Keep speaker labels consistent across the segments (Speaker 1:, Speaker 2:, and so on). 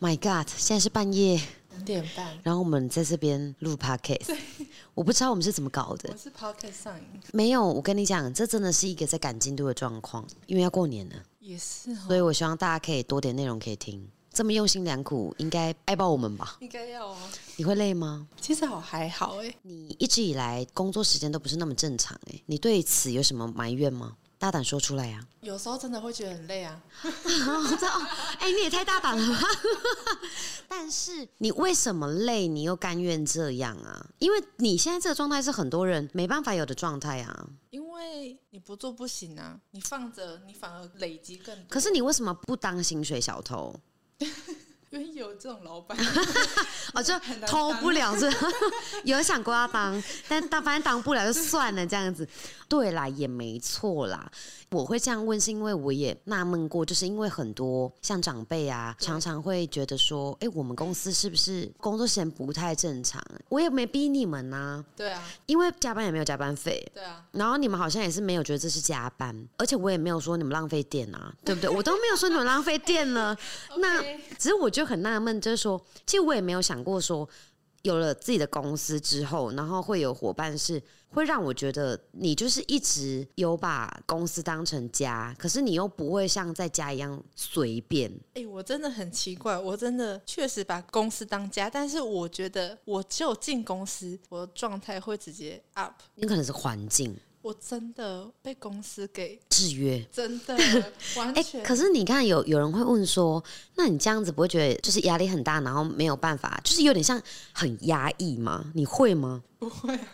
Speaker 1: My God，现在是半夜，
Speaker 2: 两点半。
Speaker 1: 然后我们在这边录 podcast，我不知道我们是怎么搞的
Speaker 2: 我。是 Pocket 上瘾，
Speaker 1: 没有，我跟你讲，这真的是一个在赶进度的状况，因为要过年了，
Speaker 2: 也是哦，
Speaker 1: 所以我希望大家可以多点内容可以听。这么用心良苦，应该爱爆我们吧？
Speaker 2: 应该要啊。
Speaker 1: 你会累吗？
Speaker 2: 其实我还好哎、
Speaker 1: 你一直以来工作时间都不是那么正常、诶，你对此有什么埋怨吗？大胆说出来啊呀、
Speaker 2: 有时候真的会觉得很累啊。
Speaker 1: 啊！我知道，哎、你也太大胆了吧！但是你为什么累，你又甘愿这样啊？因为你现在这个状态是很多人没办法有的状态啊。
Speaker 2: 因为你不做不行啊，你放着你反而累积更多。
Speaker 1: 可是你为什么不当薪水小偷？
Speaker 2: 因为有这种 老板，
Speaker 1: 哦，就
Speaker 2: 很难
Speaker 1: 偷
Speaker 2: 当
Speaker 1: 不了这， 有想过要当，但当反正当不了就算了这样子。对啦，也没错啦。我会这样问，是因为我也纳闷过，就是因为很多像长辈啊，常常会觉得说，哎、我们公司是不是工作时间不太正常？啊我也没逼你们呐、
Speaker 2: 对啊，
Speaker 1: 因为加班也没有加班费。
Speaker 2: 对啊，
Speaker 1: 然后你们好像也是没有觉得这是加班，而且我也没有说你们浪费电啊，对不对？我都没有说你们浪费电了。那
Speaker 2: OK
Speaker 1: 只是我就很纳闷，就是说，其实我也没有想过说，有了自己的公司之后，然后会有伙伴是会让我觉得你就是一直有把公司当成家，可是你又不会像在家一样随便。
Speaker 2: 哎、我真的很奇怪，我真的确实把公司当家，但是我觉得我只有进公司，我的状态会直接 up。
Speaker 1: 你可能是环境
Speaker 2: 我真的被公司给
Speaker 1: 制约。
Speaker 2: 真 的完
Speaker 1: 哎、
Speaker 2: 全、
Speaker 1: 可是你看，有有人会问说，那你这样子不会觉得就是压力很大，然后没有办法，就是有点像很压抑吗？你会吗？
Speaker 2: 不会。啊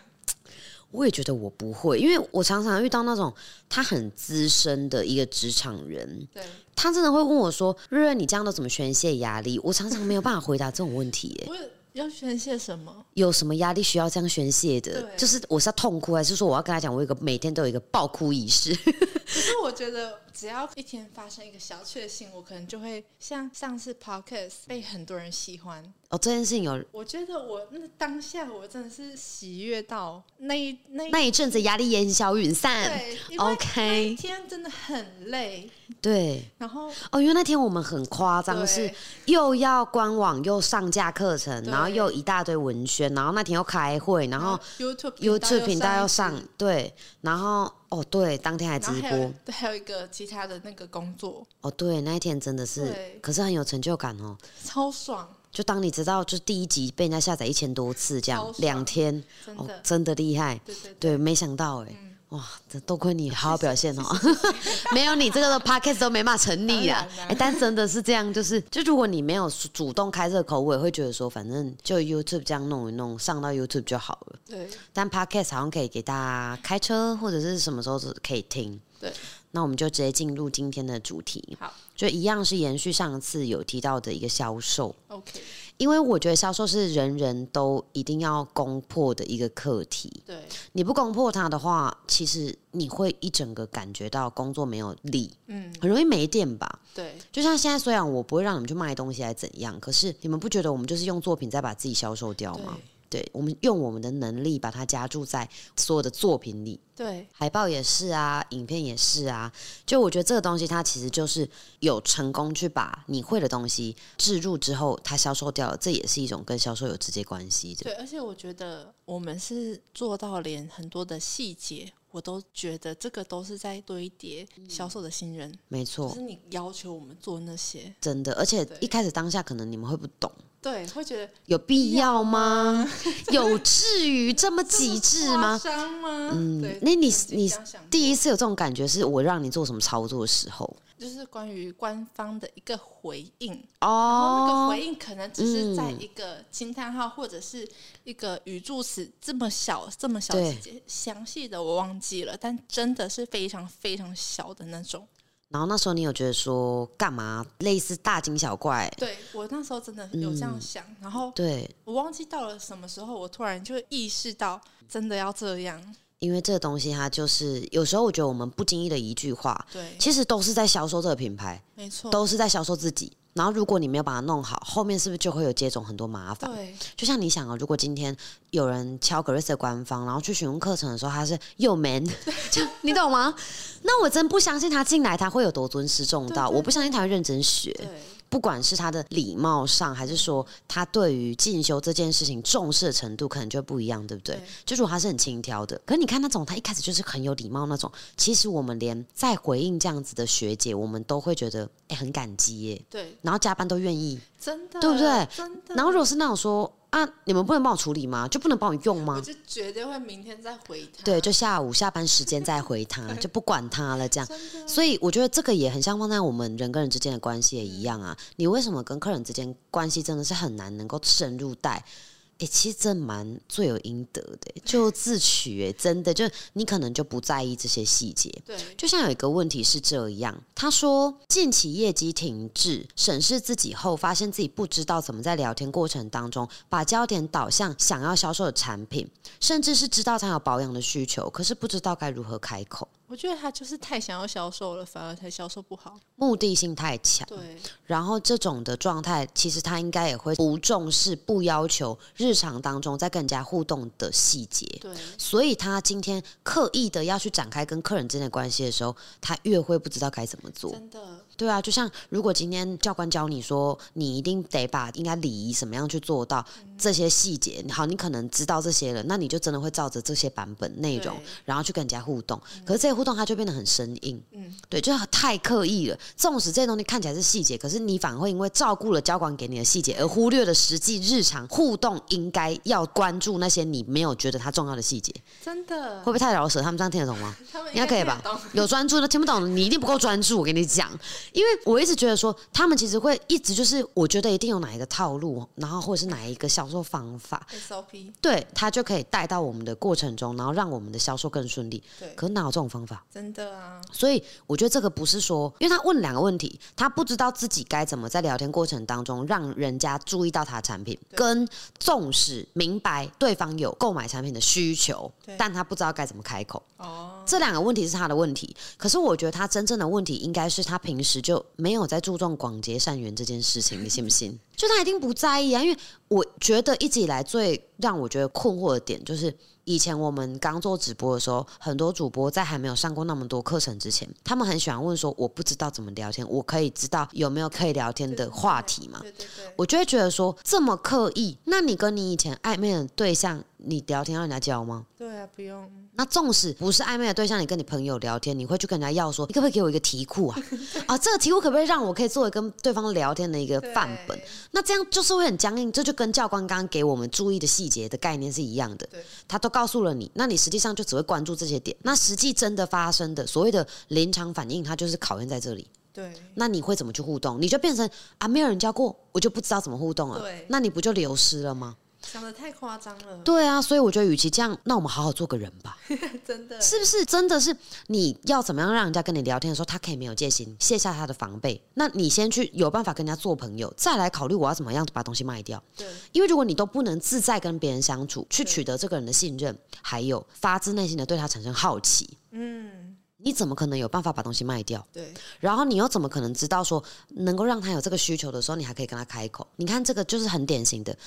Speaker 1: 我也觉得我不会，因为我常常遇到那种他很资深的一个职场人，
Speaker 2: 对，
Speaker 1: 他真的会问我说：“瑞瑞，你这样都怎么宣泄压力？”我常常没有办法回答这种问题、 耶
Speaker 2: 我要宣泄什么？
Speaker 1: 有什么压力需要这样宣泄的？
Speaker 2: 对
Speaker 1: 就是我是要痛哭，还是说我要跟他讲，我有一个每天都有一个爆哭仪式？
Speaker 2: 可是我觉得，只要一天发生一个小确幸，我可能就会像上次 podcast 被很多人喜欢。
Speaker 1: 哦，这件事情有
Speaker 2: 我觉得我那当下我真的是喜悦到那一那一
Speaker 1: 那一阵子压力烟消云散。
Speaker 2: 对，因为那一
Speaker 1: OK，
Speaker 2: 天真的很累，
Speaker 1: 对。
Speaker 2: 然后
Speaker 1: 哦，因为那天我们很夸张，
Speaker 2: 对
Speaker 1: 是又要官网又上架课程，
Speaker 2: 对
Speaker 1: 然后又一大堆文宣，然后那天又开会，然后
Speaker 2: YouTube
Speaker 1: YouTube 频道要
Speaker 2: 要
Speaker 1: 上，对，然后哦对，当天还直
Speaker 2: 然后还有
Speaker 1: 播，
Speaker 2: 对还有一个其他的那个工作，
Speaker 1: 哦对，那一天真的是
Speaker 2: 对，
Speaker 1: 可是很有成就感哦。
Speaker 2: 超爽，
Speaker 1: 就当你知道，就第一集被人家下载一千多次这样
Speaker 2: 超，爽
Speaker 1: 两天，
Speaker 2: 真
Speaker 1: 哦
Speaker 2: 的，
Speaker 1: 真的厉害，
Speaker 2: 对对对，
Speaker 1: 对，没想到哎。
Speaker 2: 嗯
Speaker 1: 哇，这多亏你好好表 现哦！ 没有你，这个 podcast 都没办法成立啦
Speaker 2: 当。然啦
Speaker 1: 哎、但真的是这样，就是就如果你没有主动开这个口，我也会觉得说，反正就 YouTube 这样弄一弄，上到 YouTube 就好了。
Speaker 2: 对
Speaker 1: 但 podcast 好像可以给大家开车或者是什么时候都可以听。
Speaker 2: 对，
Speaker 1: 那我们就直接进入今天的主题，
Speaker 2: 好
Speaker 1: 就一样是延续上次有提到的一个销售，
Speaker 2: ，OK，
Speaker 1: 因为我觉得销售是人人都一定要攻破的一个课题。
Speaker 2: 对
Speaker 1: 你不攻破它的话，其实你会一整个感觉到工作没有力，嗯，很容易没电吧。
Speaker 2: 对，
Speaker 1: 就像现在，虽然我不会让你们去卖东西还怎样，可是你们不觉得我们就是用作品在把自己销售掉吗？对，我们用我们的能力把它加注在所有的作品里，
Speaker 2: 对
Speaker 1: 海报也是啊，影片也是啊。就我觉得这个东西，它其实就是有成功去把你会的东西置入之后，它销售掉了，这也是一种跟销售有直接关系的。
Speaker 2: 对，而且我觉得我们是做到连很多的细节，我都觉得这个都是在堆叠销售的新人，
Speaker 1: 没错
Speaker 2: 就，是你要求我们做那些，
Speaker 1: 真的，而且
Speaker 2: 对
Speaker 1: 一开始当下可能你们会不懂，
Speaker 2: 对，会觉得
Speaker 1: 有必要吗？ 有至于这么
Speaker 2: 这么
Speaker 1: 极致吗？
Speaker 2: 夸张吗？
Speaker 1: 嗯
Speaker 2: 对，
Speaker 1: 那你
Speaker 2: 自己
Speaker 1: 你
Speaker 2: 这样想
Speaker 1: 第一次有这种感觉，是我让你做什么操作的时候
Speaker 2: 就是关于官方的一个回应，然后那个
Speaker 1: 哦
Speaker 2: 回应可能只是在一个惊叹号或者是一个语助词这么小这么小
Speaker 1: 对
Speaker 2: 细节，详细的我忘记了，但真的是非常非常小的那种。
Speaker 1: 然后那时候你有觉得说干嘛，类似大惊小怪，
Speaker 2: 对我那时候真的有这
Speaker 1: 嗯
Speaker 2: 样想，然后
Speaker 1: 对，
Speaker 2: 我忘记到了什么时候，我突然就意识到真的要这样。
Speaker 1: 因为这个东西它就是有时候我觉得我们不经意的一句话，
Speaker 2: 对，
Speaker 1: 其实都是在销售这个品牌，
Speaker 2: 没错，
Speaker 1: 都是在销售自己。然后如果你没有把它弄好，后面是不是就会有接种很多麻烦？
Speaker 2: 对
Speaker 1: 就像你想啊，如果今天有人敲 Grace 的官方，然后去询问课程的时候，他是又 man，就 你懂吗？那我真不相信他进来他会有多尊师重道，
Speaker 2: 对对
Speaker 1: 我不相信他会认真学。
Speaker 2: 对
Speaker 1: 不管是他的礼貌上，还是说他对于进修这件事情重视的程度，可能就不一样，对不对？
Speaker 2: 对
Speaker 1: 就如果他是很轻佻的，可是你看那种他一开始就是很有礼貌那种，其实我们连在回应这样子的学姐，我们都会觉得哎、很感激耶，
Speaker 2: 对，
Speaker 1: 然后加班都愿意。
Speaker 2: 真的，
Speaker 1: 对不对
Speaker 2: 真的。
Speaker 1: 然后如果是那种说啊，你们不能帮我处理吗？就不能帮我用
Speaker 2: 我
Speaker 1: 吗？
Speaker 2: 就绝对会明天再回他。
Speaker 1: 对，就下午下班时间再回 他，就不管他了这样。
Speaker 2: 真的
Speaker 1: 所以我觉得这个也很像放在我们人跟人之间的关系也一样啊。你为什么跟客人之间关系真的是很难能够深入带？诶、其实真蛮罪有应得的、就自取诶、真的就你可能就不在意这些细节。
Speaker 2: 对，
Speaker 1: 就像有一个问题是这样，他说近期业绩停滞，审视自己后，发现自己不知道怎么在聊天过程当中把焦点导向想要销售的产品，甚至是知道他有保养的需求，可是不知道该如何开口，
Speaker 2: 我觉得他就是太想要销售了，反而才销售不好。
Speaker 1: 目的性太强。
Speaker 2: 对，
Speaker 1: 然后这种的状态，其实他应该也会不重视、不要求日常当中在跟人家互动的细节。
Speaker 2: 对，
Speaker 1: 所以他今天刻意的要去展开跟客人之间的关系的时候，他越会不知道该怎么做。
Speaker 2: 真的，
Speaker 1: 对啊，就像如果今天教官教你说，你一定得把应该礼仪怎么样去做到这些细节，好，你可能知道这些了，那你就真的会照着这些版本内容
Speaker 2: 对，
Speaker 1: 然后去跟人家互动。可是这些互动它就变得很生硬，
Speaker 2: 嗯，
Speaker 1: 对，就是太刻意了。纵使这些东西看起来是细节，可是你反而会因为照顾了交管给你的细节，而忽略了实际日常互动应该要关注那些你没有觉得它重要的细节。
Speaker 2: 真的
Speaker 1: 会，不会太饶舌？他们这样听得懂吗？
Speaker 2: 他们
Speaker 1: 应该可以吧
Speaker 2: 听得懂？
Speaker 1: 有专注的听不懂，你一定不够专注。我跟你讲，因为我一直觉得说，他们其实会一直就是，我觉得一定有哪一个套路，然后或者是哪一个销售方法，
Speaker 2: SOP，
Speaker 1: 对他就可以带到我们的过程中，然后让我们的销售更顺利。
Speaker 2: 对，
Speaker 1: 可哪有这种方法？
Speaker 2: 真的啊，
Speaker 1: 所以我觉得这个不是说，因为他问两个问题，他不知道自己该怎么在聊天过程当中让人家注意到他的产品，
Speaker 2: 对
Speaker 1: 跟纵使明白对方有购买产品的需求
Speaker 2: 对，
Speaker 1: 但他不知道该怎么开口。
Speaker 2: 哦，
Speaker 1: 这两个问题是他的问题，可是我觉得他真正的问题应该是他平时就没有在注重广结善缘这件事情，你信不 信？就他一定不在意啊，因为我觉得一直以来最让我觉得困惑的点就是。以前我们刚做直播的时候，很多主播在还没有上过那么多课程之前，他们很喜欢问说：“我不知道怎么聊天，我可以知道有没有可以聊天的话题吗？”
Speaker 2: 对对对，
Speaker 1: 我就会觉得说这么刻意，那你跟你以前暧昧的对象，你聊天让人家教吗？
Speaker 2: 对啊，不用，
Speaker 1: 那纵使不是暧昧的对象，你跟你朋友聊天，你会去跟人家要说，你可不可以给我一个题库 啊？啊，这个题库可不可以让我可以作为跟对方聊天的一个范本
Speaker 2: 对？，
Speaker 1: 那这样就是会很僵硬，这就跟教官刚刚给我们注意的细节的概念是一样的
Speaker 2: 对。
Speaker 1: 他都告诉了你，那你实际上就只会关注这些点。那实际真的发生的所谓的临场反应，它就是考验在这里。
Speaker 2: 对，
Speaker 1: 那你会怎么去互动？你就变成啊，没有人教过，我就不知道怎么互动啊
Speaker 2: 对。
Speaker 1: 那你不就流失了吗？
Speaker 2: 想的太夸张了，
Speaker 1: 对啊，所以我觉得，与其这样，那我们好好做个人吧。
Speaker 2: 真的，
Speaker 1: 是不是真的是你要怎么样让人家跟你聊天的时候，他可以没有戒心，卸下他的防备？那你先去有办法跟人家做朋友，再来考虑我要怎么样把东西卖掉。
Speaker 2: 对，
Speaker 1: 因为如果你都不能自在跟别人相处，去取得这个人的信任，还有发自内心的对他产生好奇，
Speaker 2: 嗯，
Speaker 1: 你怎么可能有办法把东西卖掉？
Speaker 2: 对，
Speaker 1: 然后你又怎么可能知道说能够让他有这个需求的时候，你还可以跟他开口？你看这个就是很典型的，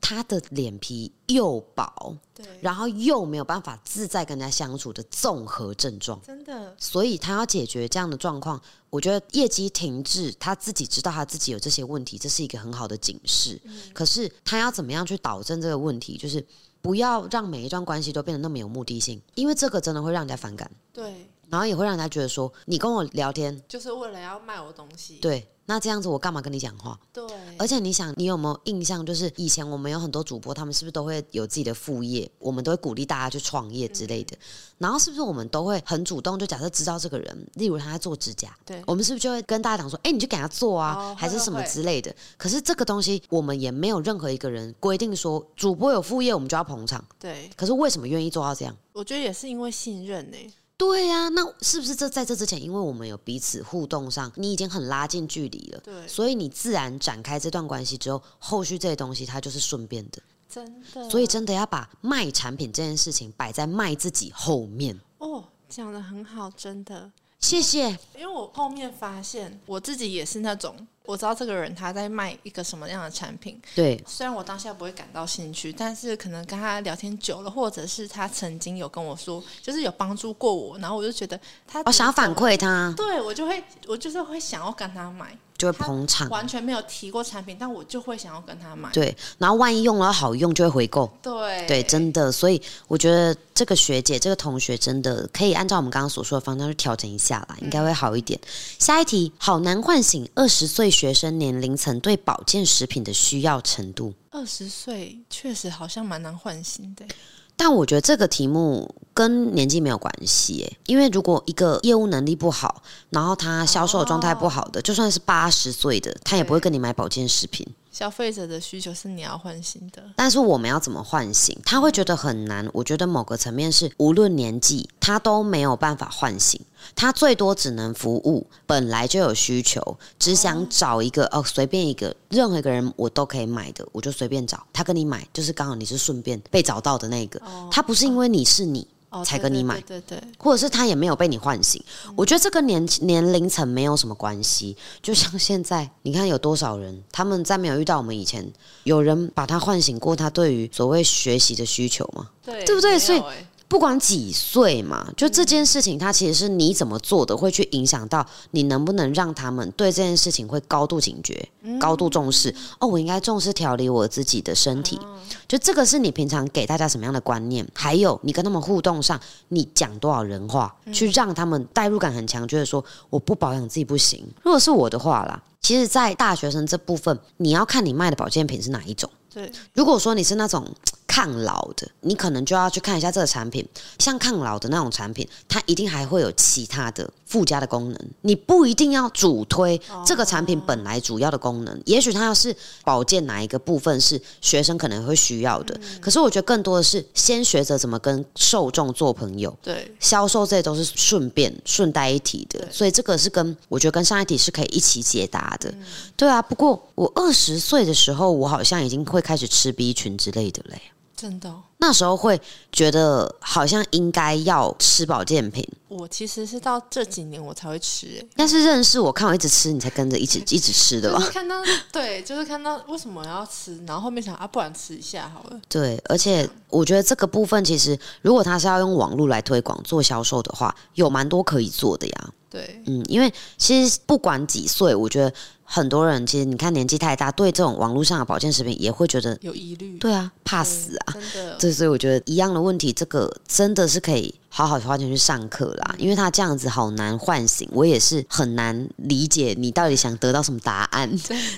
Speaker 1: 他的脸皮又薄，
Speaker 2: 对，
Speaker 1: 然后又没有办法自在跟人家相处的综合症状。
Speaker 2: 真的，
Speaker 1: 所以他要解决这样的状况，我觉得业绩停滞，他自己知道他自己有这些问题，这是一个很好的警示。可是他要怎么样去导正这个问题，就是不要让每一段关系都变得那么有目的性，因为这个真的会让人家反感，
Speaker 2: 对，
Speaker 1: 然后也会让人家觉得说你跟我聊天，
Speaker 2: 就是为了要卖我东西，
Speaker 1: 对，那这样子我干嘛跟你讲话？
Speaker 2: 对，
Speaker 1: 而且你想，你有没有印象？就是以前我们有很多主播，他们是不是都会有自己的副业？我们都会鼓励大家去创业之类的。然后是不是我们都会很主动？就假设知道这个人，例如他在做指甲，
Speaker 2: 对
Speaker 1: 我们是不是就会跟大家讲说：“哎、你就给他做啊，
Speaker 2: 哦
Speaker 1: 还是
Speaker 2: 会
Speaker 1: 什么
Speaker 2: 会
Speaker 1: 之类的？”可是这个东西，我们也没有任何一个人规定说主播有副业我们就要捧场。
Speaker 2: 对，
Speaker 1: 可是为什么愿意做到这样？
Speaker 2: 我觉得也是因为信任欸呢，
Speaker 1: 对呀、那是不是这在这之前，因为我们有彼此互动上，你已经很拉近距离了，
Speaker 2: 对，
Speaker 1: 所以你自然展开这段关系之后，后续这些东西它就是顺便的。
Speaker 2: 真的，
Speaker 1: 所以真的要把卖产品这件事情摆在卖自己后面。
Speaker 2: 哦，讲的很好，真的。
Speaker 1: 谢谢，
Speaker 2: 因为我后面发现我自己也是那种，我知道这个人他在卖一个什么样的产品，
Speaker 1: 对
Speaker 2: 虽然我当下不会感到兴趣，但是可能跟他聊天久了，或者是他曾经有跟我说，就是有帮助
Speaker 1: 哦
Speaker 2: 过我，然后我就觉得他
Speaker 1: 我想要反馈他，
Speaker 2: 对我就会我就是会想要跟他买，
Speaker 1: 就会捧场。
Speaker 2: 完全没有提过产品，但我就会想要跟他买。
Speaker 1: 对，然后万一用了好用，就会回购。
Speaker 2: 对
Speaker 1: 对，真的，所以我觉得这个学姐、这个同学真的可以按照我们刚刚所说的方向去调整一下啦，应该会好一点。下一题，好难唤醒二十岁学生年龄层对保健食品的需要程度。
Speaker 2: 二十岁确实好像蛮难唤醒的。欸
Speaker 1: 但我觉得这个题目跟年纪没有关系耶，因为如果一个业务能力不好，然后他销售的状态不好的，就算是八十岁的，他也不会
Speaker 2: 对
Speaker 1: 跟你买保健食品。
Speaker 2: 消费者的需求是你要唤醒的，
Speaker 1: 但是我们要怎么唤醒？他会觉得很难。我觉得某个层面是，无论年纪，他都没有办法唤醒，他最多只能服务本来就有需求，只想找一个哦，随便一个任何一个人我都可以买的，我就随便找他跟你买，就是刚好你是顺便被找到的那个，他不是因为你是你。
Speaker 2: 哦，
Speaker 1: 才
Speaker 2: 对
Speaker 1: 跟
Speaker 2: 对
Speaker 1: 你买
Speaker 2: 对对对，
Speaker 1: 或者是他也没有被你唤醒，我觉得这跟年年龄层没有什么关系。就像现在，你看有多少人，他们在没有遇到我们以前，有人把他唤醒过他对于所谓学习的需求吗？
Speaker 2: 对
Speaker 1: 对不对
Speaker 2: 没
Speaker 1: 所以
Speaker 2: 有欸
Speaker 1: 不管几岁嘛，就这件事情，它其实是你怎么做的，会去影响到你能不能让他们对这件事情会高度警觉、
Speaker 2: 嗯
Speaker 1: 高度重视。哦，我应该重视调理我自己的
Speaker 2: 嗯
Speaker 1: 身体。就这个是你平常给大家什么样的观念？还有你跟他们互动上，你讲多少人话，去让他们代入感很强，觉得说我不保养自己不行。如果是我的话啦，其实，在大学生这部分，你要看你卖的保健品是哪一种。
Speaker 2: 对
Speaker 1: 如果说你是那种抗老的，你可能就要去看一下这个产品。像抗老的那种产品，它一定还会有其他的附加的功能，你不一定要主推这个产品本来主要的功能。也许它要是保健哪一个部分是学生可能会需要的，可是我觉得更多的是先学着怎么跟受众做朋友。
Speaker 2: 对
Speaker 1: 销售这些都是顺便顺带一提的，
Speaker 2: 对
Speaker 1: 所以这个是跟我觉得跟上一题是可以一起解答的。对啊，不过我二十岁的时候，我好像已经会开始吃 B 群之类的嘞。
Speaker 2: 真的哦、
Speaker 1: 那时候会觉得好像应该要吃保健品，
Speaker 2: 我其实是到这几年我才会吃、欸，
Speaker 1: 但是认识我看我一直吃，你才跟着一起一直吃的
Speaker 2: 就
Speaker 1: 吧？
Speaker 2: 是看到 对，就是看到为什么要吃，然后后面想啊，不然吃一下好了。
Speaker 1: 对，而且我觉得这个部分其实，如果他是要用网络来推广做销售的话，有蛮多可以做的呀。
Speaker 2: 对，
Speaker 1: 嗯，因为其实不管几岁，我觉得很多人其实你看年纪太大，对这种网络上的保健食品也会觉得，
Speaker 2: 有疑虑，
Speaker 1: 对啊，怕
Speaker 2: 对，
Speaker 1: 死啊。
Speaker 2: 真的，
Speaker 1: 对，所以我觉得一样的问题，这个真的是可以好好花钱去上课啦，因为他这样子好难唤醒，我也是很难理解你到底想得到什么答案。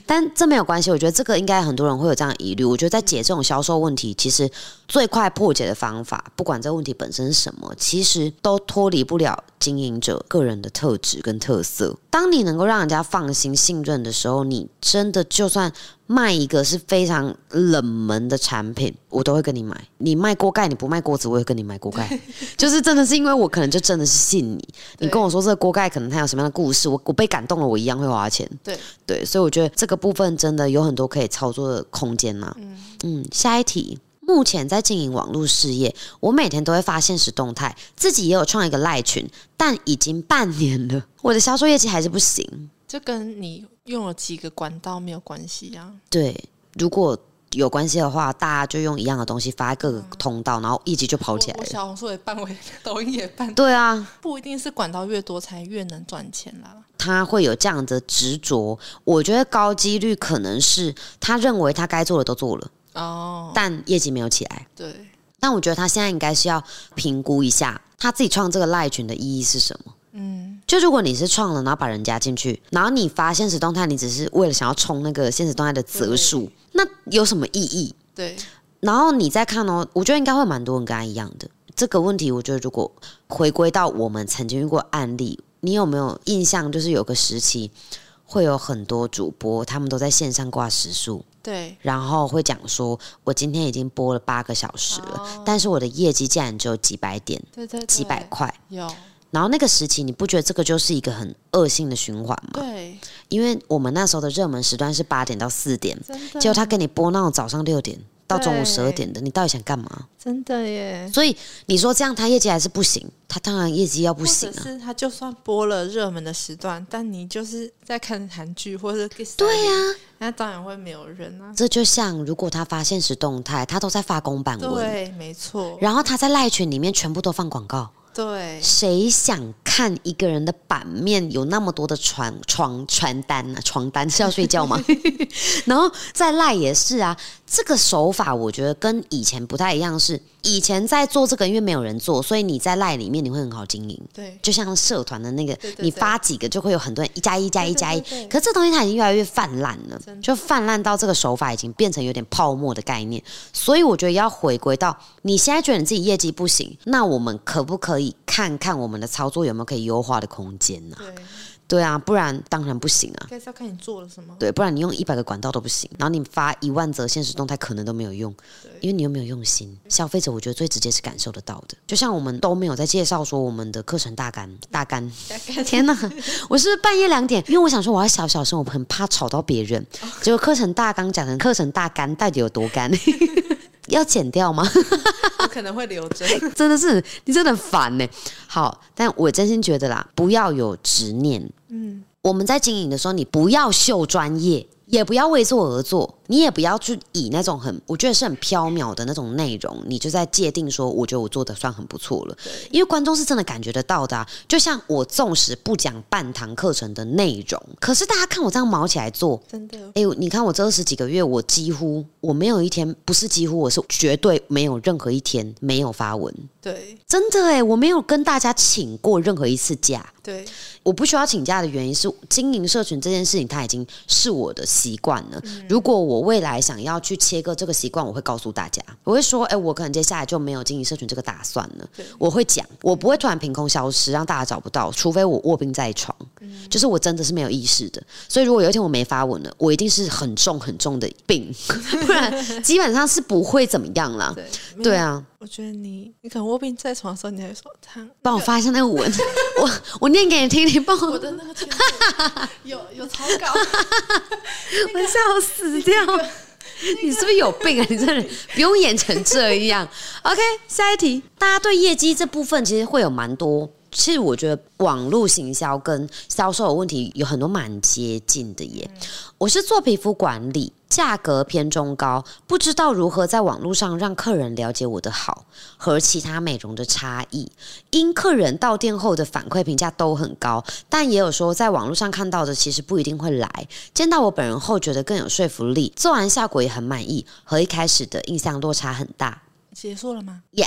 Speaker 1: 但这没有关系，我觉得这个应该很多人会有这样的疑虑。我觉得在解这种销售问题，其实最快破解的方法，不管这问题本身是什么，其实都脱离不了经营者个人的特质跟特色。当你能够让人家放心信任的时候，你真的就算卖一个是非常冷门的产品，我都会跟你买。你卖锅盖，你不卖锅子，我也跟你买锅盖。就是真的是因为我可能就真的是信你，你
Speaker 2: 对
Speaker 1: 跟我说这个锅盖可能它有什么样的故事，我我被感动了，我一样会花钱。
Speaker 2: 对
Speaker 1: 对，所以我觉得这个部分真的有很多可以操作的空间嘛。嗯下一题。目前在经营网络事业，我每天都会发现实动态，自己也有创一个赖群，但已经半年了，我的销售业绩还是不行。
Speaker 2: 这跟你用了几个管道没有关系啊。
Speaker 1: 对，如果有关系的话，大家就用一样的东西发各个通道，然后一集就跑
Speaker 2: 我
Speaker 1: 起来
Speaker 2: 我
Speaker 1: 了。
Speaker 2: 小红书也办，我也抖音也办，
Speaker 1: 对啊，
Speaker 2: 不一定是管道越多才越能赚钱啦。
Speaker 1: 他会有这样的执着，我觉得高几率可能是他认为他该做的都做了，
Speaker 2: 哦，
Speaker 1: 但业绩没有起来。
Speaker 2: 对，
Speaker 1: 但我觉得他现在应该是要评估一下他自己创这个赖群的意义是什么。
Speaker 2: 嗯，
Speaker 1: 就如果你是创了，然后把人加进去，然后你发现实动态，你只是为了想要冲那个现实动态的则数，那有什么意义？
Speaker 2: 对，
Speaker 1: 然后你再看哦，我觉得应该会蛮多人跟他一样的这个问题。我觉得如果回归到我们曾经遇过案例，你有没有印象？就是有个时期会有很多主播，他们都在线上挂时数，
Speaker 2: 对，
Speaker 1: 然后会讲说：“我今天已经播了八个小时了，
Speaker 2: 哦
Speaker 1: 但是我的业绩竟然只有几百点、
Speaker 2: 对对，
Speaker 1: 几百
Speaker 2: 对
Speaker 1: 块。
Speaker 2: 有，”
Speaker 1: 然后那个时期，你不觉得这个就是一个很恶性的循环吗？
Speaker 2: 对，
Speaker 1: 因为我们那时候的热门时段是八点到四点，
Speaker 2: 真的，
Speaker 1: 结果他给你播那种早上六点到中午
Speaker 2: 对
Speaker 1: 十二点的，你到底想干嘛？
Speaker 2: 真的耶，
Speaker 1: 所以你说这样他业绩还是不行，他当然业绩要不
Speaker 2: 或
Speaker 1: 行
Speaker 2: 者
Speaker 1: 啊。
Speaker 2: 是他就算播了热门的时段，但你就是在看韩剧或者
Speaker 1: 对
Speaker 2: 呀、
Speaker 1: 呀、
Speaker 2: 那当然会没有人啊。
Speaker 1: 这就像如果他发现实动态，他都在发公版文，
Speaker 2: 对，没错，
Speaker 1: 然后他在赖群里面全部都放广告，
Speaker 2: 对，
Speaker 1: 谁想看一个人的版面有那么多的床床传单啊？床单是要睡觉 吗？然后在赖也是啊，这个手法我觉得跟以前不太一样是，以前在做这个，因为没有人做，所以你在赖里面你会很好经营。
Speaker 2: 对，
Speaker 1: 就像社团的那个，
Speaker 2: 对对
Speaker 1: 你
Speaker 2: 对
Speaker 1: 发几个就会有很多人一加一加一加一
Speaker 2: 对对对对
Speaker 1: 可是这东西它已经越来越泛滥了
Speaker 2: 真，的
Speaker 1: 就泛滥到这个手法已经变成有点泡沫的概念。所以我觉得要回归到你现在觉得你自己业绩不行，那我们可不可以看看我们的操作有没有可以优化的空间呢、
Speaker 2: 对，
Speaker 1: 对啊，不然当然不行啊
Speaker 2: 应。该是要看你做了什么。
Speaker 1: 对，不然你用一百个管道都不行，然后你发一万则现实动态可能都没有用，因为你又没有用心。消费者我觉得最直接是感受得到的，就像我们都没有在介绍说我们的课程大纲大纲。天哪，我是不是半夜两点，因为我想说我要小小声，我很怕吵到别人。结果课程大纲讲成课程大纲，到底有多干？ 要剪掉吗？
Speaker 2: 我可能会留着。
Speaker 1: 真的是你真的很烦呢。好，但我真心觉得啦，不要有执念，
Speaker 2: 嗯，
Speaker 1: 我们在经营的时候，你不要秀专业，也不要为做而做，你也不要去以那种很我觉得是很缥缈的那种内容，你就在界定说，我觉得我做的算很不错了，因为观众是真的感觉得到的、啊。就像我纵使不讲半堂课程的内容，可是大家看我这样毛起来做。
Speaker 2: 真的，
Speaker 1: 哎、你看我这二十几个月，我几乎我没有一天不是几乎，我是绝对没有任何一天没有发文，
Speaker 2: 对
Speaker 1: 真的哎、我没有跟大家请过任何一次假，
Speaker 2: 对
Speaker 1: 我不需要请假的原因是，经营社群这件事情，它已经是我的习惯了。如果我未来想要去切割这个习惯，我会告诉大家，我会说，哎、我可能接下来就没有经营社群这个打算了
Speaker 2: 对。
Speaker 1: 我会讲，我不会突然凭空消失，让大家找不到，除非我卧病在床，就是我真的是没有意识的。所以，如果有一天我没发文了，我一定是很重很重的病， 不然基本上是不会怎么样啦。
Speaker 2: 对
Speaker 1: 对，啊，
Speaker 2: 我觉得你你可能卧病在床的时候，你还说他
Speaker 1: 帮我发一下那个文，我我念给你听，你帮我
Speaker 2: 我的那个圈子有有草稿，
Speaker 1: 我笑死掉！ 你是不是有病啊？你 这人不用演成这样。OK，下一题，大家对业绩这部分其实会有蛮多。其实我觉得网络行销跟销售的问题有很多蛮接近的耶。我是做皮肤管理，价格偏中高，不知道如何在网络上让客人了解我的好和其他美容的差异。因客人到店后的反馈评价都很高，但也有说在网络上看到的其实不一定会来。见到我本人后，觉得更有说服力，做完效果也很满意，和一开始的印象落差很大。
Speaker 2: 结束了吗？
Speaker 1: Yes，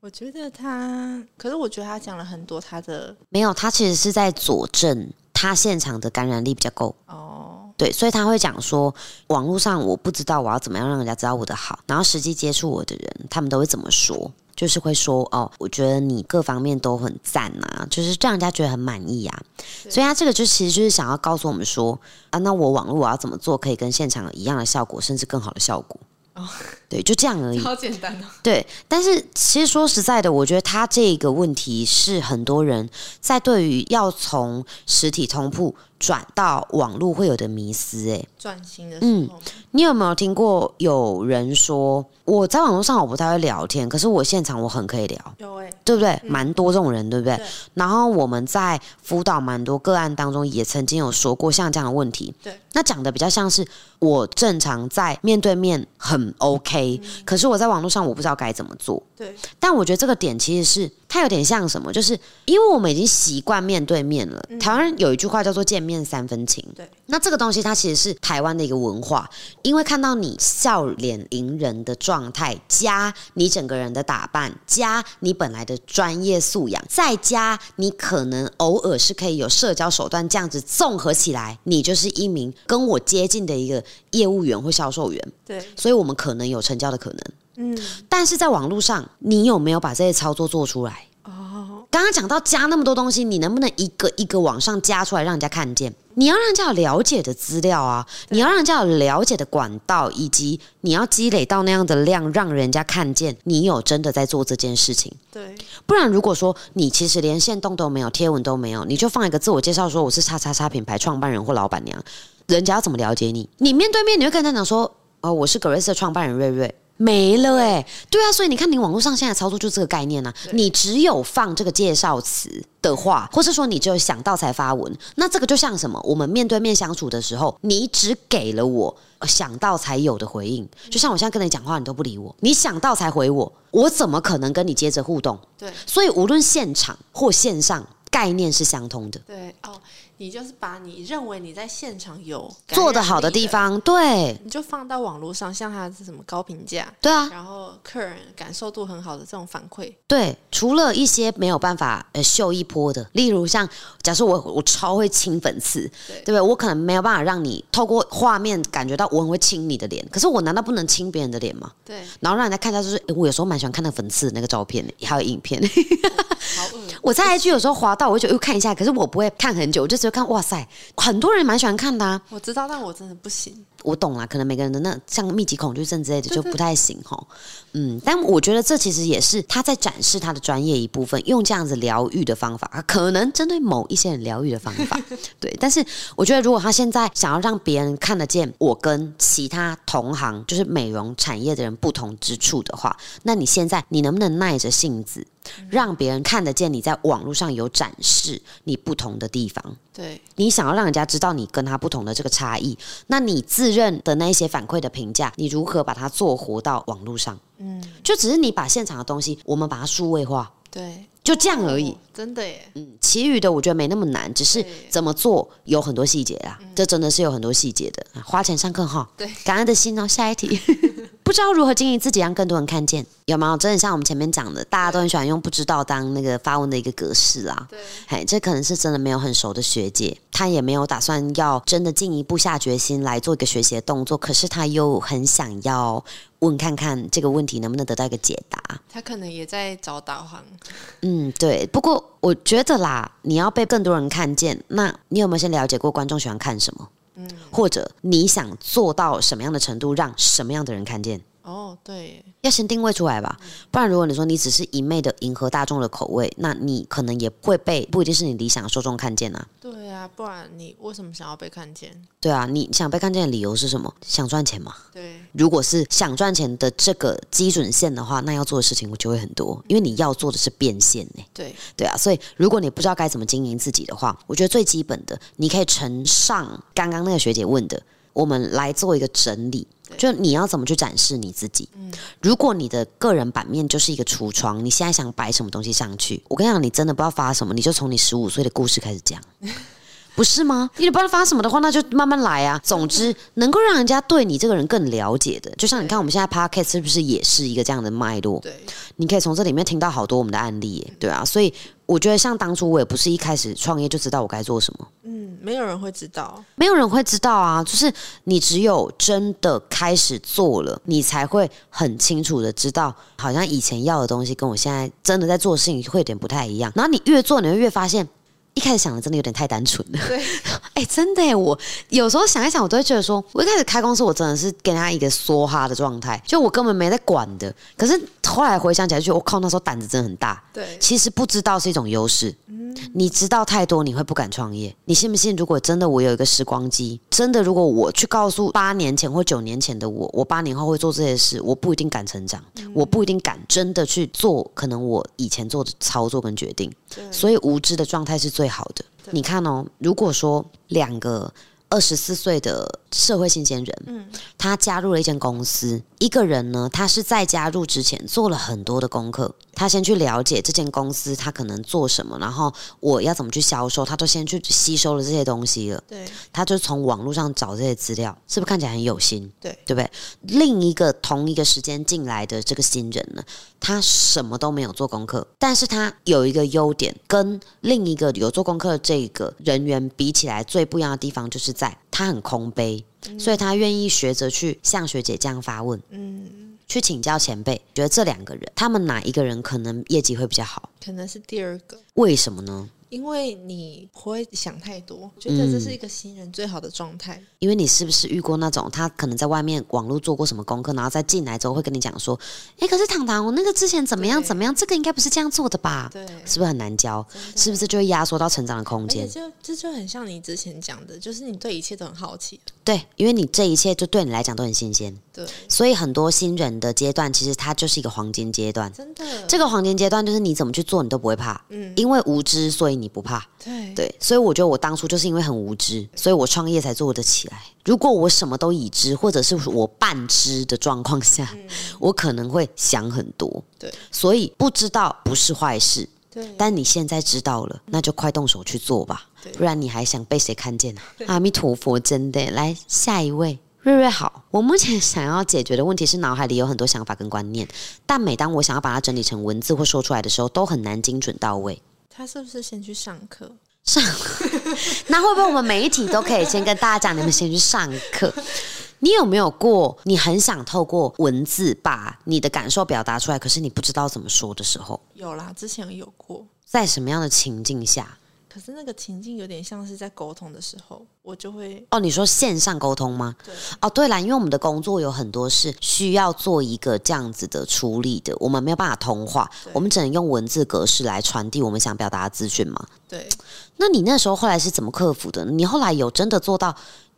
Speaker 2: 我觉得他，可是我觉得他讲了很多他的
Speaker 1: 没有，他其实是在佐证他现场的感染力比较够。
Speaker 2: 哦，
Speaker 1: 对，所以他会讲说，网络上我不知道我要怎么样让人家知道我的好，然后实际接触我的人，他们都会怎么说？就是会说哦，我觉得你各方面都很赞
Speaker 2: 嗯
Speaker 1: 啊，就是让人家觉得很满意啊。所以他这个就其实就是想要告诉我们说啊，那我网络我要怎么做可以跟现场有一样的效果，甚至更好的效果？
Speaker 2: 哦
Speaker 1: 对，就这样而已。
Speaker 2: 好简单 哦，
Speaker 1: 对，但是其实说实在的，我觉得他这个问题是很多人在对于要从实体通铺转到网络会有的迷思。哎，
Speaker 2: 转型的
Speaker 1: 嗯
Speaker 2: 时候嘛，
Speaker 1: 你有没有听过有人说我在网络上我不太会聊天，可是我现场我很可以聊，
Speaker 2: 有哎，
Speaker 1: 对不对？蛮多这种人，对不对？
Speaker 2: 对
Speaker 1: 然后我们在辅导蛮多个案当中，也曾经有说过像这样的问题。
Speaker 2: 对，
Speaker 1: 那讲的比较像是我正常在面对面很 OK，、可是我在网络上我不知道该怎么做。
Speaker 2: 对
Speaker 1: 但我觉得这个点其实是它有点像什么，就是因为我们已经习惯面对面了。台湾人有一句话叫做“见面三分情”，
Speaker 2: 对，
Speaker 1: 那这个东西它其实是台湾的一个文化，因为看到你笑脸迎人的状态，加你整个人的打扮，加你本来的专业素养，再加你可能偶尔是可以有社交手段，这样子综合起来，你就是一名跟我接近的一个业务员或销售员，
Speaker 2: 对，
Speaker 1: 所以我们可能有成交的可能。
Speaker 2: 嗯，
Speaker 1: 但是在网络上，你有没有把这些操作做出来？
Speaker 2: 哦，
Speaker 1: 刚刚讲到加那么多东西，你能不能一个一个往上加出来，让人家看见？你要让人家有了解的资料啊，你要让人家有了解的管道，以及你要积累到那样的量，让人家看见你有真的在做这件事情。
Speaker 2: 对
Speaker 1: 不然，如果说你其实连线动都没有，贴文都没有，你就放一个自我介绍说我是叉叉叉品牌创办人或老板娘，人家要怎么了解你？你面对面你会跟他讲说，哦，我是 Grace 的创办人瑞瑞，没了哎、对啊，所以你看，你网络上现在操作就这个概念呢、啊
Speaker 2: 对。
Speaker 1: 你只有放这个介绍词的话，或是说你只有想到才发文，那这个就像什么？我们面对面相处的时候，你只给了我呃想到才有的回应。就像我现在跟你讲话，你都不理我，你想到才回我，我怎么可能跟你接着互动？
Speaker 2: 对
Speaker 1: 所以无论现场或线上，概念是相通的。
Speaker 2: 对哦，你就是把你认为你在现场有感
Speaker 1: 做得
Speaker 2: 染
Speaker 1: 好的
Speaker 2: 力
Speaker 1: 地，方，对
Speaker 2: 你就放到网络上，像它是什么高评价，
Speaker 1: 对啊，
Speaker 2: 然后客人感受度很好的这种反馈，
Speaker 1: 对，除了一些没有办法呃秀一波的，例如像假设我我超会亲粉刺，
Speaker 2: 对
Speaker 1: 对不对？我可能没有办法让你透过画面感觉到我很会亲你的脸，可是我难道不能亲别人的脸吗？
Speaker 2: 对，
Speaker 1: 然后让人家看一下，就是诶我有时候蛮喜欢看那个粉刺的那个照片的，还有影片。
Speaker 2: 好恶，
Speaker 1: 我在 IG 有时候滑到，我就又哎看一下，可是我不会看很久，我就只会看哇塞，很多人蛮喜欢看的、啊。
Speaker 2: 我知道，但我真的不行。
Speaker 1: 我懂啦，可能每个人的那像密集恐惧症之类的
Speaker 2: 对
Speaker 1: 就不太行吼。嗯，但我觉得这其实也是他在展示他的专业一部分，用这样子疗愈的方法，啊可能针对某一些人疗愈的方 法。对，但是我觉得如果他现在想要让别人看得见我跟其他同行，就是美容产业的人不同之处的话，那你现在你能不能耐着性子，
Speaker 2: 嗯
Speaker 1: 让别人看得见你在网络上有展示你不同的地方？
Speaker 2: 对，
Speaker 1: 你想要让人家知道你跟他不同的这个差异，那你自认的那一些反馈的评价，你如何把它做活到网络上？
Speaker 2: 嗯，
Speaker 1: 就只是你把现场的东西，我们把它数位化，
Speaker 2: 对，
Speaker 1: 就这样而已
Speaker 2: 哦。真的耶，
Speaker 1: 嗯，其余的我觉得没那么难，只是
Speaker 2: 对嗯
Speaker 1: 怎么做有很多细节啊，这真的是有很多细节的。啊花钱上课哈，
Speaker 2: 对，
Speaker 1: 感恩的心哦。下一 题，不知道如何经营自己，让更多人看见，有没有？真的像我们前面讲的，大家都很喜欢用不知道当那个发问的一个格式啊。
Speaker 2: 对，
Speaker 1: 哎，这可能是真的没有很熟的学姐，她也没有打算要真的进一步下决心来做一个学习的动作，可是她又很想要问看看这个问题能不能得到一个解答。
Speaker 2: 他可能也在找导航。
Speaker 1: 嗯，对。不过我觉得啦，你要被更多人看见，那你有没有先了解过观众喜欢看什么？
Speaker 2: 嗯，
Speaker 1: 或者你想做到什么样的程度，让什么样的人看见？
Speaker 2: 哦，对耶，
Speaker 1: 要先定位出来吧，不然如果你说你只是一昧的迎合大众的口味，那你可能也会被不一定是你理想的受众看见啊。
Speaker 2: 对啊，不然你为什么想要被看见？
Speaker 1: 对啊，你想被看见的理由是什么？想赚钱嘛？
Speaker 2: 对，
Speaker 1: 如果是想赚钱的这个基准线的话，那要做的事情就会很多，因为你要做的是变现呢、
Speaker 2: 对，
Speaker 1: 对啊，所以如果你不知道该怎么经营自己的话，我觉得最基本的，你可以乘上刚刚那个学姐问的，我们来做一个整理。就你要怎么去展示你自己？如果你的个人版面就是一个橱窗，你现在想摆什么东西上去？我跟你讲，你真的不知道发什么，你就从你十五岁的故事开始讲，不是吗？你不知道发什么的话，那就慢慢来啊。总之，能够让人家对你这个人更了解的，就像你看我们现在 podcast 是不是也是一个这样的脉络？
Speaker 2: 对，
Speaker 1: 你可以从这里面听到好多我们的案例耶，对啊，所以我觉得像当初我也不是一开始创业就知道我该做什么，
Speaker 2: 嗯，没有人会知道。
Speaker 1: 没有人会知道啊，就是你只有真的开始做了，你才会很清楚的知道，好像以前要的东西跟我现在真的在做的事情会有点不太一样，然后你越做，你会越发现。一开始想的真的有点太单纯了，
Speaker 2: 对，
Speaker 1: 哎、真的耶，我有时候想一想，我都会觉得说，我一开始开公司，我真的是跟人家一个梭哈的状态，就我根本没在管的。可是后来回想起来，就觉得我哦靠，那时候胆子真的很大，
Speaker 2: 对，
Speaker 1: 其实不知道是一种优势。你知道太多，你会不敢创业。你信不信？如果真的我有一个时光机，真的如果我去告诉八年前或九年前的我，我八年后会做这些事，我不一定敢成长，我不一定敢真的去做可能我以前做的操作跟决定。
Speaker 2: 对，
Speaker 1: 所以无知的状态是最好的。
Speaker 2: 对
Speaker 1: 你看哦，如果说两个二十四岁的社会新鲜人，
Speaker 2: 嗯
Speaker 1: 他加入了一间公司，一个人呢，他是在加入之前做了很多的功课，他先去了解这间公司他可能做什么，然后我要怎么去销售，他都先去吸收了这些东西了，
Speaker 2: 对，
Speaker 1: 他就从网络上找这些资料，是不是看起来很有心？
Speaker 2: 对，
Speaker 1: 对不对？另一个同一个时间进来的这个新人呢，他什么都没有做功课，但是他有一个优点，跟另一个有做功课的这个人员比起来，最不一样的地方就是在他很空杯，所以他愿意学着去像学姐这样发问，
Speaker 2: 嗯，
Speaker 1: 去请教前辈。觉得这两个人，他们哪一个人可能业绩会比较好？
Speaker 2: 可能是第二个。
Speaker 1: 为什么呢？
Speaker 2: 因为你不会想太多，
Speaker 1: 嗯
Speaker 2: 我觉得这是一个新人最好的状态。
Speaker 1: 因为你是不是遇过那种他可能在外面网络做过什么功课，然后再进来之后会跟你讲说，哎，可是糖糖，我那个之前怎么样
Speaker 2: 对
Speaker 1: 怎么样，这个应该不是这样做的吧？
Speaker 2: 对，
Speaker 1: 是不是很难教？
Speaker 2: 真的
Speaker 1: 是不是就会压缩到成长的空
Speaker 2: 而且
Speaker 1: 间？
Speaker 2: 就这就很像你之前讲的，就是你对一切都很好奇。
Speaker 1: 对，因为你这一切就对你来讲都很新鲜，
Speaker 2: 对，
Speaker 1: 所以很多新人的阶段，其实它就是一个黄金阶段。
Speaker 2: 真的，
Speaker 1: 这个黄金阶段就是你怎么去做，你都不会怕，
Speaker 2: 嗯，
Speaker 1: 因为无知，所以你不怕。
Speaker 2: 对
Speaker 1: 对，所以我觉得我当初就是因为很无知，所以我创业才做得起来。如果我什么都已知，或者是我半知的状况下，我可能会想很多。
Speaker 2: 嗯对，
Speaker 1: 所以不知道不是坏事，
Speaker 2: 对，
Speaker 1: 但你现在知道了，那就快动手去做吧
Speaker 2: 对，
Speaker 1: 不然你还想被谁看见呢、啊阿弥陀佛，真的。来下一位，瑞瑞好。我目前想要解决的问题是，脑海里有很多想法跟观念，但每当我想要把它整理成文字或说出来的时候，都很难精准到位。
Speaker 2: 他是不是先去上课？
Speaker 1: 上，那会不会我们每一题都可以先跟大家讲，你们先去上课？ 你有没有过，你很想透过文字把你的感受表达出来，可是你不知道怎么说的时候，
Speaker 2: 有啦，之前有过，
Speaker 1: 在什么样的情境下？
Speaker 2: 可是那个情境有点像是在沟通的时候，我就会
Speaker 1: 哦，你说线上沟通吗？
Speaker 2: 对
Speaker 1: 哦，对啦，因为我们的工作有很多是需要做一个这样子的处理的，我们没有办法通话，
Speaker 2: 对
Speaker 1: 我们只能用文字格式来传递我们想表达的资讯嘛。
Speaker 2: 对
Speaker 1: 那你那时候后来是怎么克服的？你后来有真的做到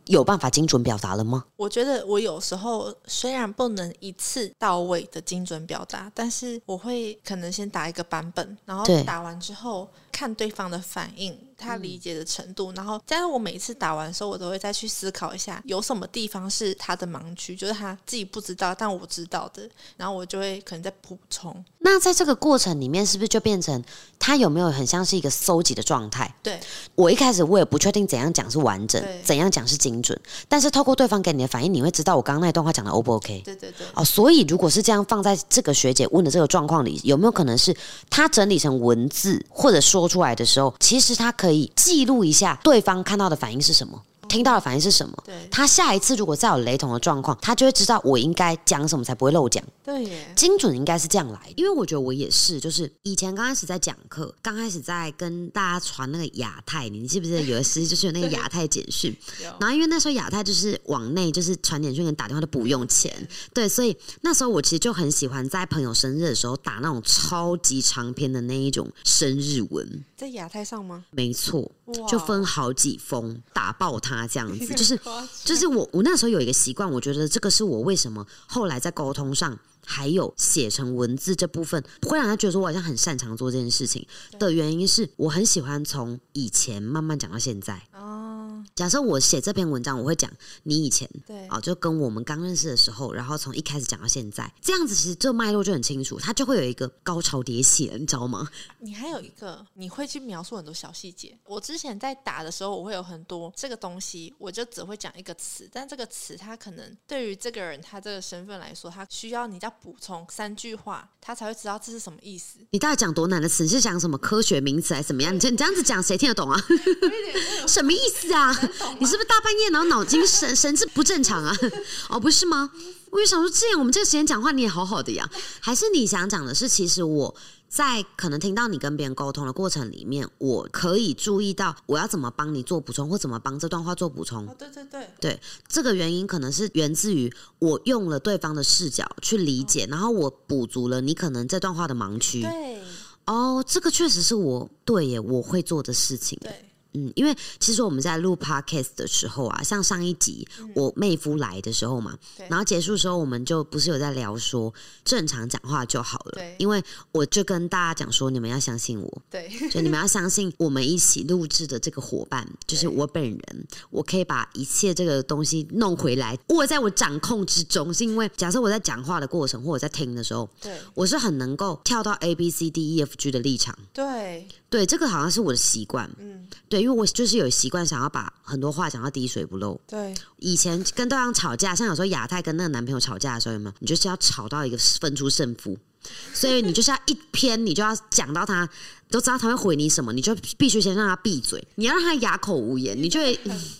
Speaker 1: 有办法精准表达了吗？
Speaker 2: 我觉得我有时候虽然不能一次到位的精准表达，但是我会可能先打一个版本，然后
Speaker 1: 对
Speaker 2: 打完之后看对方的反应，他理解的程度，然后加上我每一次打完的时候，我都会再去思考一下有什么地方是他的盲区，就是他自己不知道但我知道的，然后我就会可能再补充。
Speaker 1: 那在这个过程里面，是不是就变成它有没有很像是一个搜集的状态？
Speaker 2: 对
Speaker 1: 我一开始我也不确定怎样讲是完整
Speaker 2: 对，
Speaker 1: 怎样讲是精准，但是透过对方给你的反应，你会知道我刚刚那段话讲的 O 不 OK。
Speaker 2: 对对对，
Speaker 1: 哦，所以如果是这样放在这个学姐问的这个状况里，有没有可能是她整理成文字或者说出来的时候，其实她可以记录一下对方看到的反应是什么，
Speaker 2: 嗯
Speaker 1: 听到的反应是什么？
Speaker 2: 对
Speaker 1: 她下一次如果再有雷同的状况，她就会知道我应该讲什么才不会漏讲。
Speaker 2: 对耶，
Speaker 1: 精准应该是这样来，因为我觉得我也是，就是以前刚开始在讲课，刚开始在跟大家传那个亚太，你记不记得有一次就是有那个亚太简讯，
Speaker 2: 有
Speaker 1: 然后因为那时候亚太就是往内就是传简讯跟打电话都不用钱，对，所以那时候我其实就很喜欢在朋友生日的时候打那种超级长篇的那一种生日文，
Speaker 2: 在亚太上吗？
Speaker 1: 没错，
Speaker 2: 哇
Speaker 1: 就分好几封打爆它这样 子，就是
Speaker 2: 夸张
Speaker 1: 就是我我那时候有一个习惯，我觉得这个是我为什么后来在沟通上还有写成文字这部分，会让他觉得说我好像很擅长做这件事情的原因是，我很喜欢从以前慢慢讲到现在。
Speaker 2: 哦，
Speaker 1: 假设我写这篇文章，我会讲你以前。
Speaker 2: 对
Speaker 1: 啊，就跟我们刚认识的时候，然后从一开始讲到现在，这样子其实这脉络就很清楚，它就会有一个高潮迭起了，你知道吗？
Speaker 2: 你还有一个，你会去描述很多小细节。我之前在打的时候，我会有很多这个东西，我就只会讲一个词，但这个词它可能对于这个人他这个身份来说，他需要你再补充三句话，他才会知道这是什么意思。
Speaker 1: 你到底讲多难的词？你是讲什么科学名词还是怎么样？你这你这样子讲，谁听得懂啊？什么意思啊？你是不是大半夜然后脑筋神神志不正 常啊？哦，不是吗？我就想说，之前我们这个时间讲话你也好好的 呀，还是你想讲的是，其实我在可能听到你跟别人沟通的过程里面，我可以注意到我要怎么帮你做补充，或怎么帮这段话做补充
Speaker 2: 哦。，对对对，
Speaker 1: 对，这个原因可能是源自于我用了对方的视角去理解，然后我补足了你可能这段话的盲区。
Speaker 2: 哦对
Speaker 1: 哦，这个确实是我对耶，我会做的事情。
Speaker 2: 对
Speaker 1: 嗯，因为其实我们在录 podcast 的时候啊，像上一集、我妹夫来的时候嘛
Speaker 2: 嗯对，
Speaker 1: 然后结束的时候，我们就不是有在聊说正常讲话就好了
Speaker 2: 对。
Speaker 1: 因为我就跟大家讲说，你们要相信我，
Speaker 2: 对，
Speaker 1: 就你们要相信我们一起录制的这个伙伴，就是我本人，我可以把一切这个东西弄回来，握在我掌控之中。是因为假设我在讲话的过程或我在听的时候，
Speaker 2: 对
Speaker 1: 我是很能够跳到 A B C D E F G 的立场，
Speaker 2: 对，
Speaker 1: 对这个好像是我的习惯，
Speaker 2: 嗯，
Speaker 1: 对，因为我就是有习惯想要把很多话讲到滴水不漏。
Speaker 2: 对
Speaker 1: 以前跟对方吵架，像有时候亚太跟那个男朋友吵架的时候，有没有？你就是要吵到一个分出胜负，所以你就是要一篇，你就要讲到他都知道他会回你什么，你就必须先让他闭嘴，你要让他哑口无言，你就会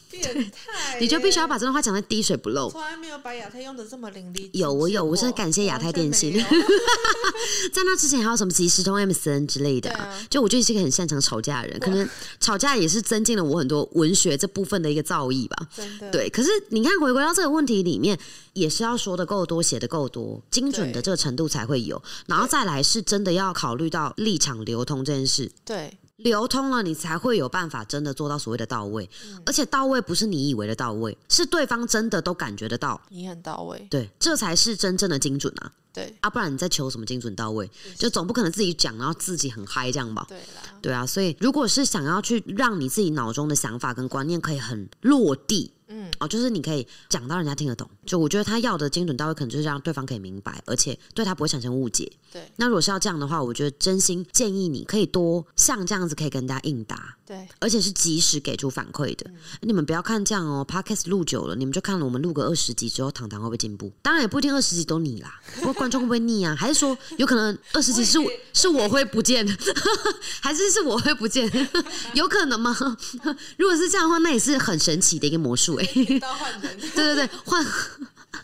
Speaker 2: 变 态
Speaker 1: 你就必须要把这段话讲的滴水不漏。
Speaker 2: 从来没有把亚太用的这么淋漓。
Speaker 1: 有我有我真的感谢亚太电信 在那之前还有什么即时通、MSN 之类的、
Speaker 2: 对啊
Speaker 1: 就我就是一个很擅长吵架的人，可能吵架也是增进了我很多文学这部分的一个造诣吧。
Speaker 2: 真的，
Speaker 1: 对，可是你看，回归到这个问题里面，也是要说的够多，写的够多，精准的
Speaker 2: 对
Speaker 1: 这个程度才会有，然后再来是真的要考虑到立场流通这件事。
Speaker 2: 对
Speaker 1: 流通了，你才会有办法真的做到所谓的到位。而且到位不是你以为的到位，是对方真的都感觉得到。
Speaker 2: 你很到位，
Speaker 1: 对，这才是真正的精准啊！
Speaker 2: 对
Speaker 1: 啊，不然你在求什么精准到位？就总不可能自己讲，然后自己很嗨这样吧？
Speaker 2: 对啦，
Speaker 1: 对啊，所以如果是想要去让你自己脑中的想法跟观念可以很落地，
Speaker 2: 嗯，
Speaker 1: 哦，就是你可以讲到人家听得懂。就我觉得他要的精准到位，可能就是让对方可以明白，而且对他不会产生误解。
Speaker 2: 对
Speaker 1: 那如果是要这样的话，我觉得真心建议你可以多像这样子，可以跟人家应答。
Speaker 2: 对
Speaker 1: 而且是及时给出反馈的，你们不要看这样哦。Podcast 录久了，你们就看了我们录个二十集之后，糖糖会不会进步？当然也不一定二十集都你啦，不过观众会不会腻啊？ 还是说有可能二十集是我是我会不见， 还是是我会不见？ 有可能吗？ 如果是这样的话，那也是很神奇的一个魔术哎、
Speaker 2: 到换人，
Speaker 1: 对对对，换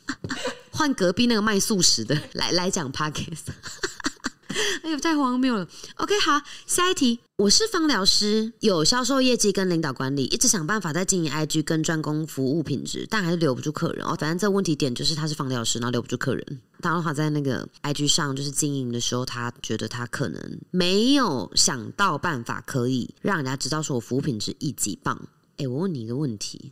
Speaker 1: 换隔壁那个卖素食的来来讲 podcast。哎呦，太荒谬了。OK，好，下一题。我是芳疗师，有销售业绩跟领导管理，一直想办法在经营 IG 跟专攻服务品质，但还是留不住客人哦。反正这问题点就是他是芳疗师，然后留不住客人。当然，他在那个 IG 上就是经营的时候，他觉得他可能没有想到办法可以让人家知道说我服务品质一级棒。哎，我问你一个问题，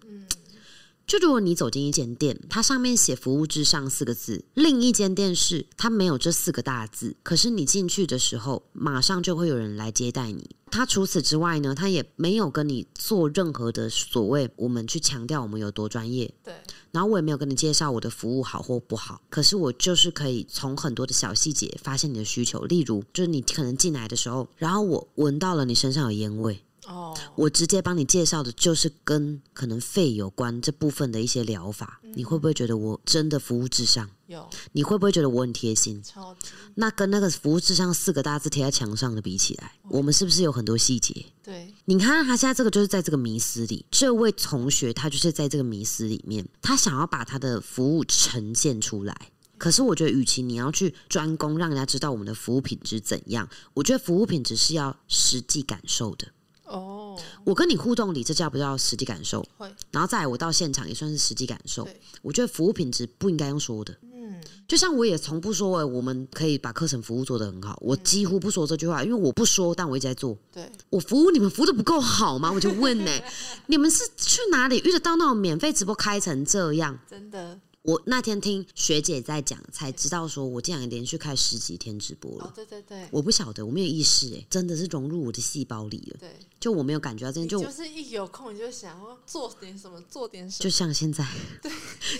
Speaker 1: 就如果你走进一间店，它上面写“服务至上”四个字，另一间店是它没有这四个大字，可是你进去的时候，马上就会有人来接待你。他除此之外呢，他也没有跟你做任何的所谓我们去强调我们有多专业，
Speaker 2: 对
Speaker 1: 然后我也没有跟你介绍我的服务好或不好，可是我就是可以从很多的小细节发现你的需求，例如就是你可能进来的时候，然后我闻到了你身上有烟味，
Speaker 2: 哦，
Speaker 1: 我直接帮你介绍的就是跟可能肺有关这部分的一些疗法，你会不会觉得我真的服务至上？
Speaker 2: 有
Speaker 1: 你会不会觉得我很贴心？
Speaker 2: 超级
Speaker 1: 那跟那个服务至上四个大字贴在墙上的比起来，我们是不是有很多细节？
Speaker 2: 对
Speaker 1: 你看啊他现在这个就是在这个迷思里，这位同学他就是在这个迷思里面，他想要把他的服务呈现出来。可是我觉得，与其你要去专攻让人家知道我们的服务品质怎样，我觉得服务品质是要实际感受的。
Speaker 2: 哦，
Speaker 1: 我跟你互动里，这叫不叫实际感受？
Speaker 2: 会
Speaker 1: 然后再来我到现场也算是实际感受
Speaker 2: 对。
Speaker 1: 我觉得服务品质不应该用说的，
Speaker 2: 嗯
Speaker 1: 就像我也从不说、欸、我们可以把课程服务做得很好，
Speaker 2: 嗯
Speaker 1: 我几乎不说这句话，因为我不说，但我一直在做。
Speaker 2: 对
Speaker 1: 我服务你们服务的不够好吗？我就问 呢、你们是去哪里遇得到那种免费直播开成这样？
Speaker 2: 真的
Speaker 1: 我那天听学姐在讲，才知道说我竟然连续开十几天直播
Speaker 2: 哦
Speaker 1: 了。
Speaker 2: 对对对
Speaker 1: 我不晓得，我没有意识、欸，真的是融入我的细胞里了，
Speaker 2: 对，
Speaker 1: 就我没有感觉到这
Speaker 2: 你
Speaker 1: 件，就我
Speaker 2: 就是一有空你就想要做点什么，做点什
Speaker 1: 就
Speaker 2: 么，
Speaker 1: 像现在，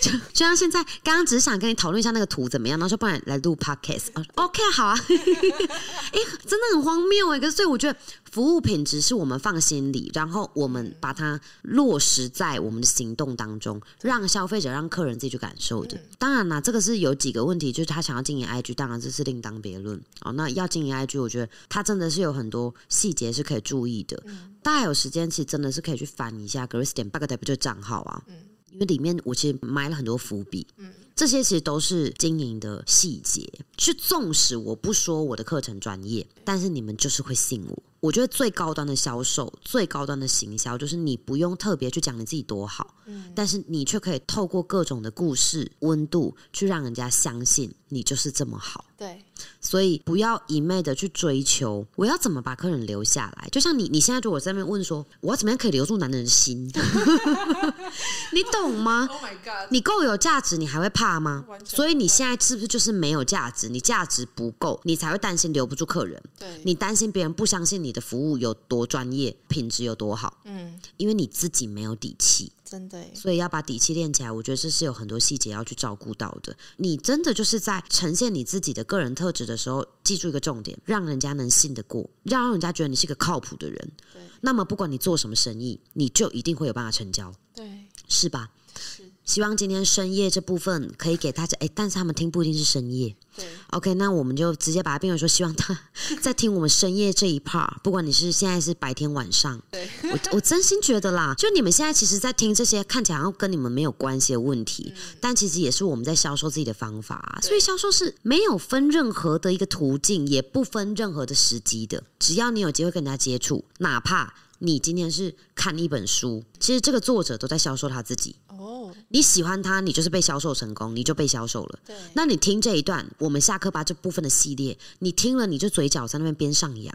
Speaker 1: 就就像现在，刚刚只是想跟你讨论一下那个图怎么样，然后说不然来录 podcast，我说 OK 啊好啊， 哎、真的很荒谬哎、可是所以我觉得服务品质是我们放心里，然后我们把它落实在我们的行动当中，让消费者、让客人自己去感受
Speaker 2: 嗯
Speaker 1: 的。当然啦，这个是有几个问题，就是他想要经营 IG，当然这是另当别论哦。那要经营 IG，我觉得他真的是有很多细节是可以注意的。
Speaker 2: 嗯
Speaker 1: 大家有时间其实真的是可以去翻一下 Grace 点 Bug 的不就账号啊，因为里面我其实埋了很多伏笔，嗯，这些其实都是经营的细节。去纵使我不说我的课程专业，但是你们就是会信我。我觉得最高端的销售、最高端的行销，就是你不用特别去讲你自己多好，但是你却可以透过各种的故事温度，去让人家相信你就是这么好。
Speaker 2: 对
Speaker 1: 所以不要一昧的去追求我要怎么把客人留下来。就像你，你现在如果在那边问说，我要怎么样可以留住男人的心， 你懂吗？
Speaker 2: ，Oh my God，
Speaker 1: 你够有价值，你还会怕吗
Speaker 2: 完？全不
Speaker 1: 所以你现在是不是就是没有价值？你价值不够，你才会担心留不住客人，
Speaker 2: 对，
Speaker 1: 你担心别人不相信你的服务有多专业，品质有多好，
Speaker 2: 嗯，
Speaker 1: 因为你自己没有底气。
Speaker 2: 真的耶，
Speaker 1: 所以要把底气练起来，我觉得这是有很多细节要去照顾到的。你真的就是在呈现你自己的个人特质的时候，记住一个重点，让人家能信得过，让人家觉得你是个靠谱的人
Speaker 2: 对。
Speaker 1: 那么不管你做什么生意，你就一定会有办法成交，
Speaker 2: 对，
Speaker 1: 是吧？
Speaker 2: 是，
Speaker 1: 希望今天深夜这部分可以给大家，哎，但是他们听不一定是深夜。
Speaker 2: 对
Speaker 1: OK，那我们就直接把它变成说，希望他在听我们深夜这一 part，不管你是现在是白天晚上，
Speaker 2: 对，
Speaker 1: 我我真心觉得啦，就你们现在其实，在听这些看起来好像跟你们没有关系的问题，但其实也是我们在销售自己的方法、啊，所以销售是没有分任何的一个途径，也不分任何的时机的，只要你有机会跟人家接触，哪怕。你今天是看一本书，其实这个作者都在销售他自己。
Speaker 2: 哦，
Speaker 1: 你喜欢他，你就是被销售成功，你就被销售了。
Speaker 2: 对，
Speaker 1: 那你听这一段，我们下课吧这部分的系列，你听了你就嘴角在那边边上扬，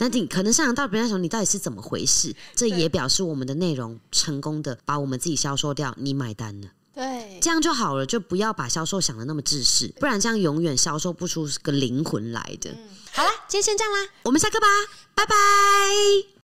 Speaker 1: 那你可能上扬到别人想你到底是怎么回事？这也表示我们的内容成功的把我们自己销售掉，你买单了。
Speaker 2: 对，
Speaker 1: 这样就好了，就不要把销售想的那么制式，不然这样永远销售不
Speaker 2: 嗯
Speaker 1: 出个灵魂来的。好啦，今天先这样啦，我们下课吧，拜拜。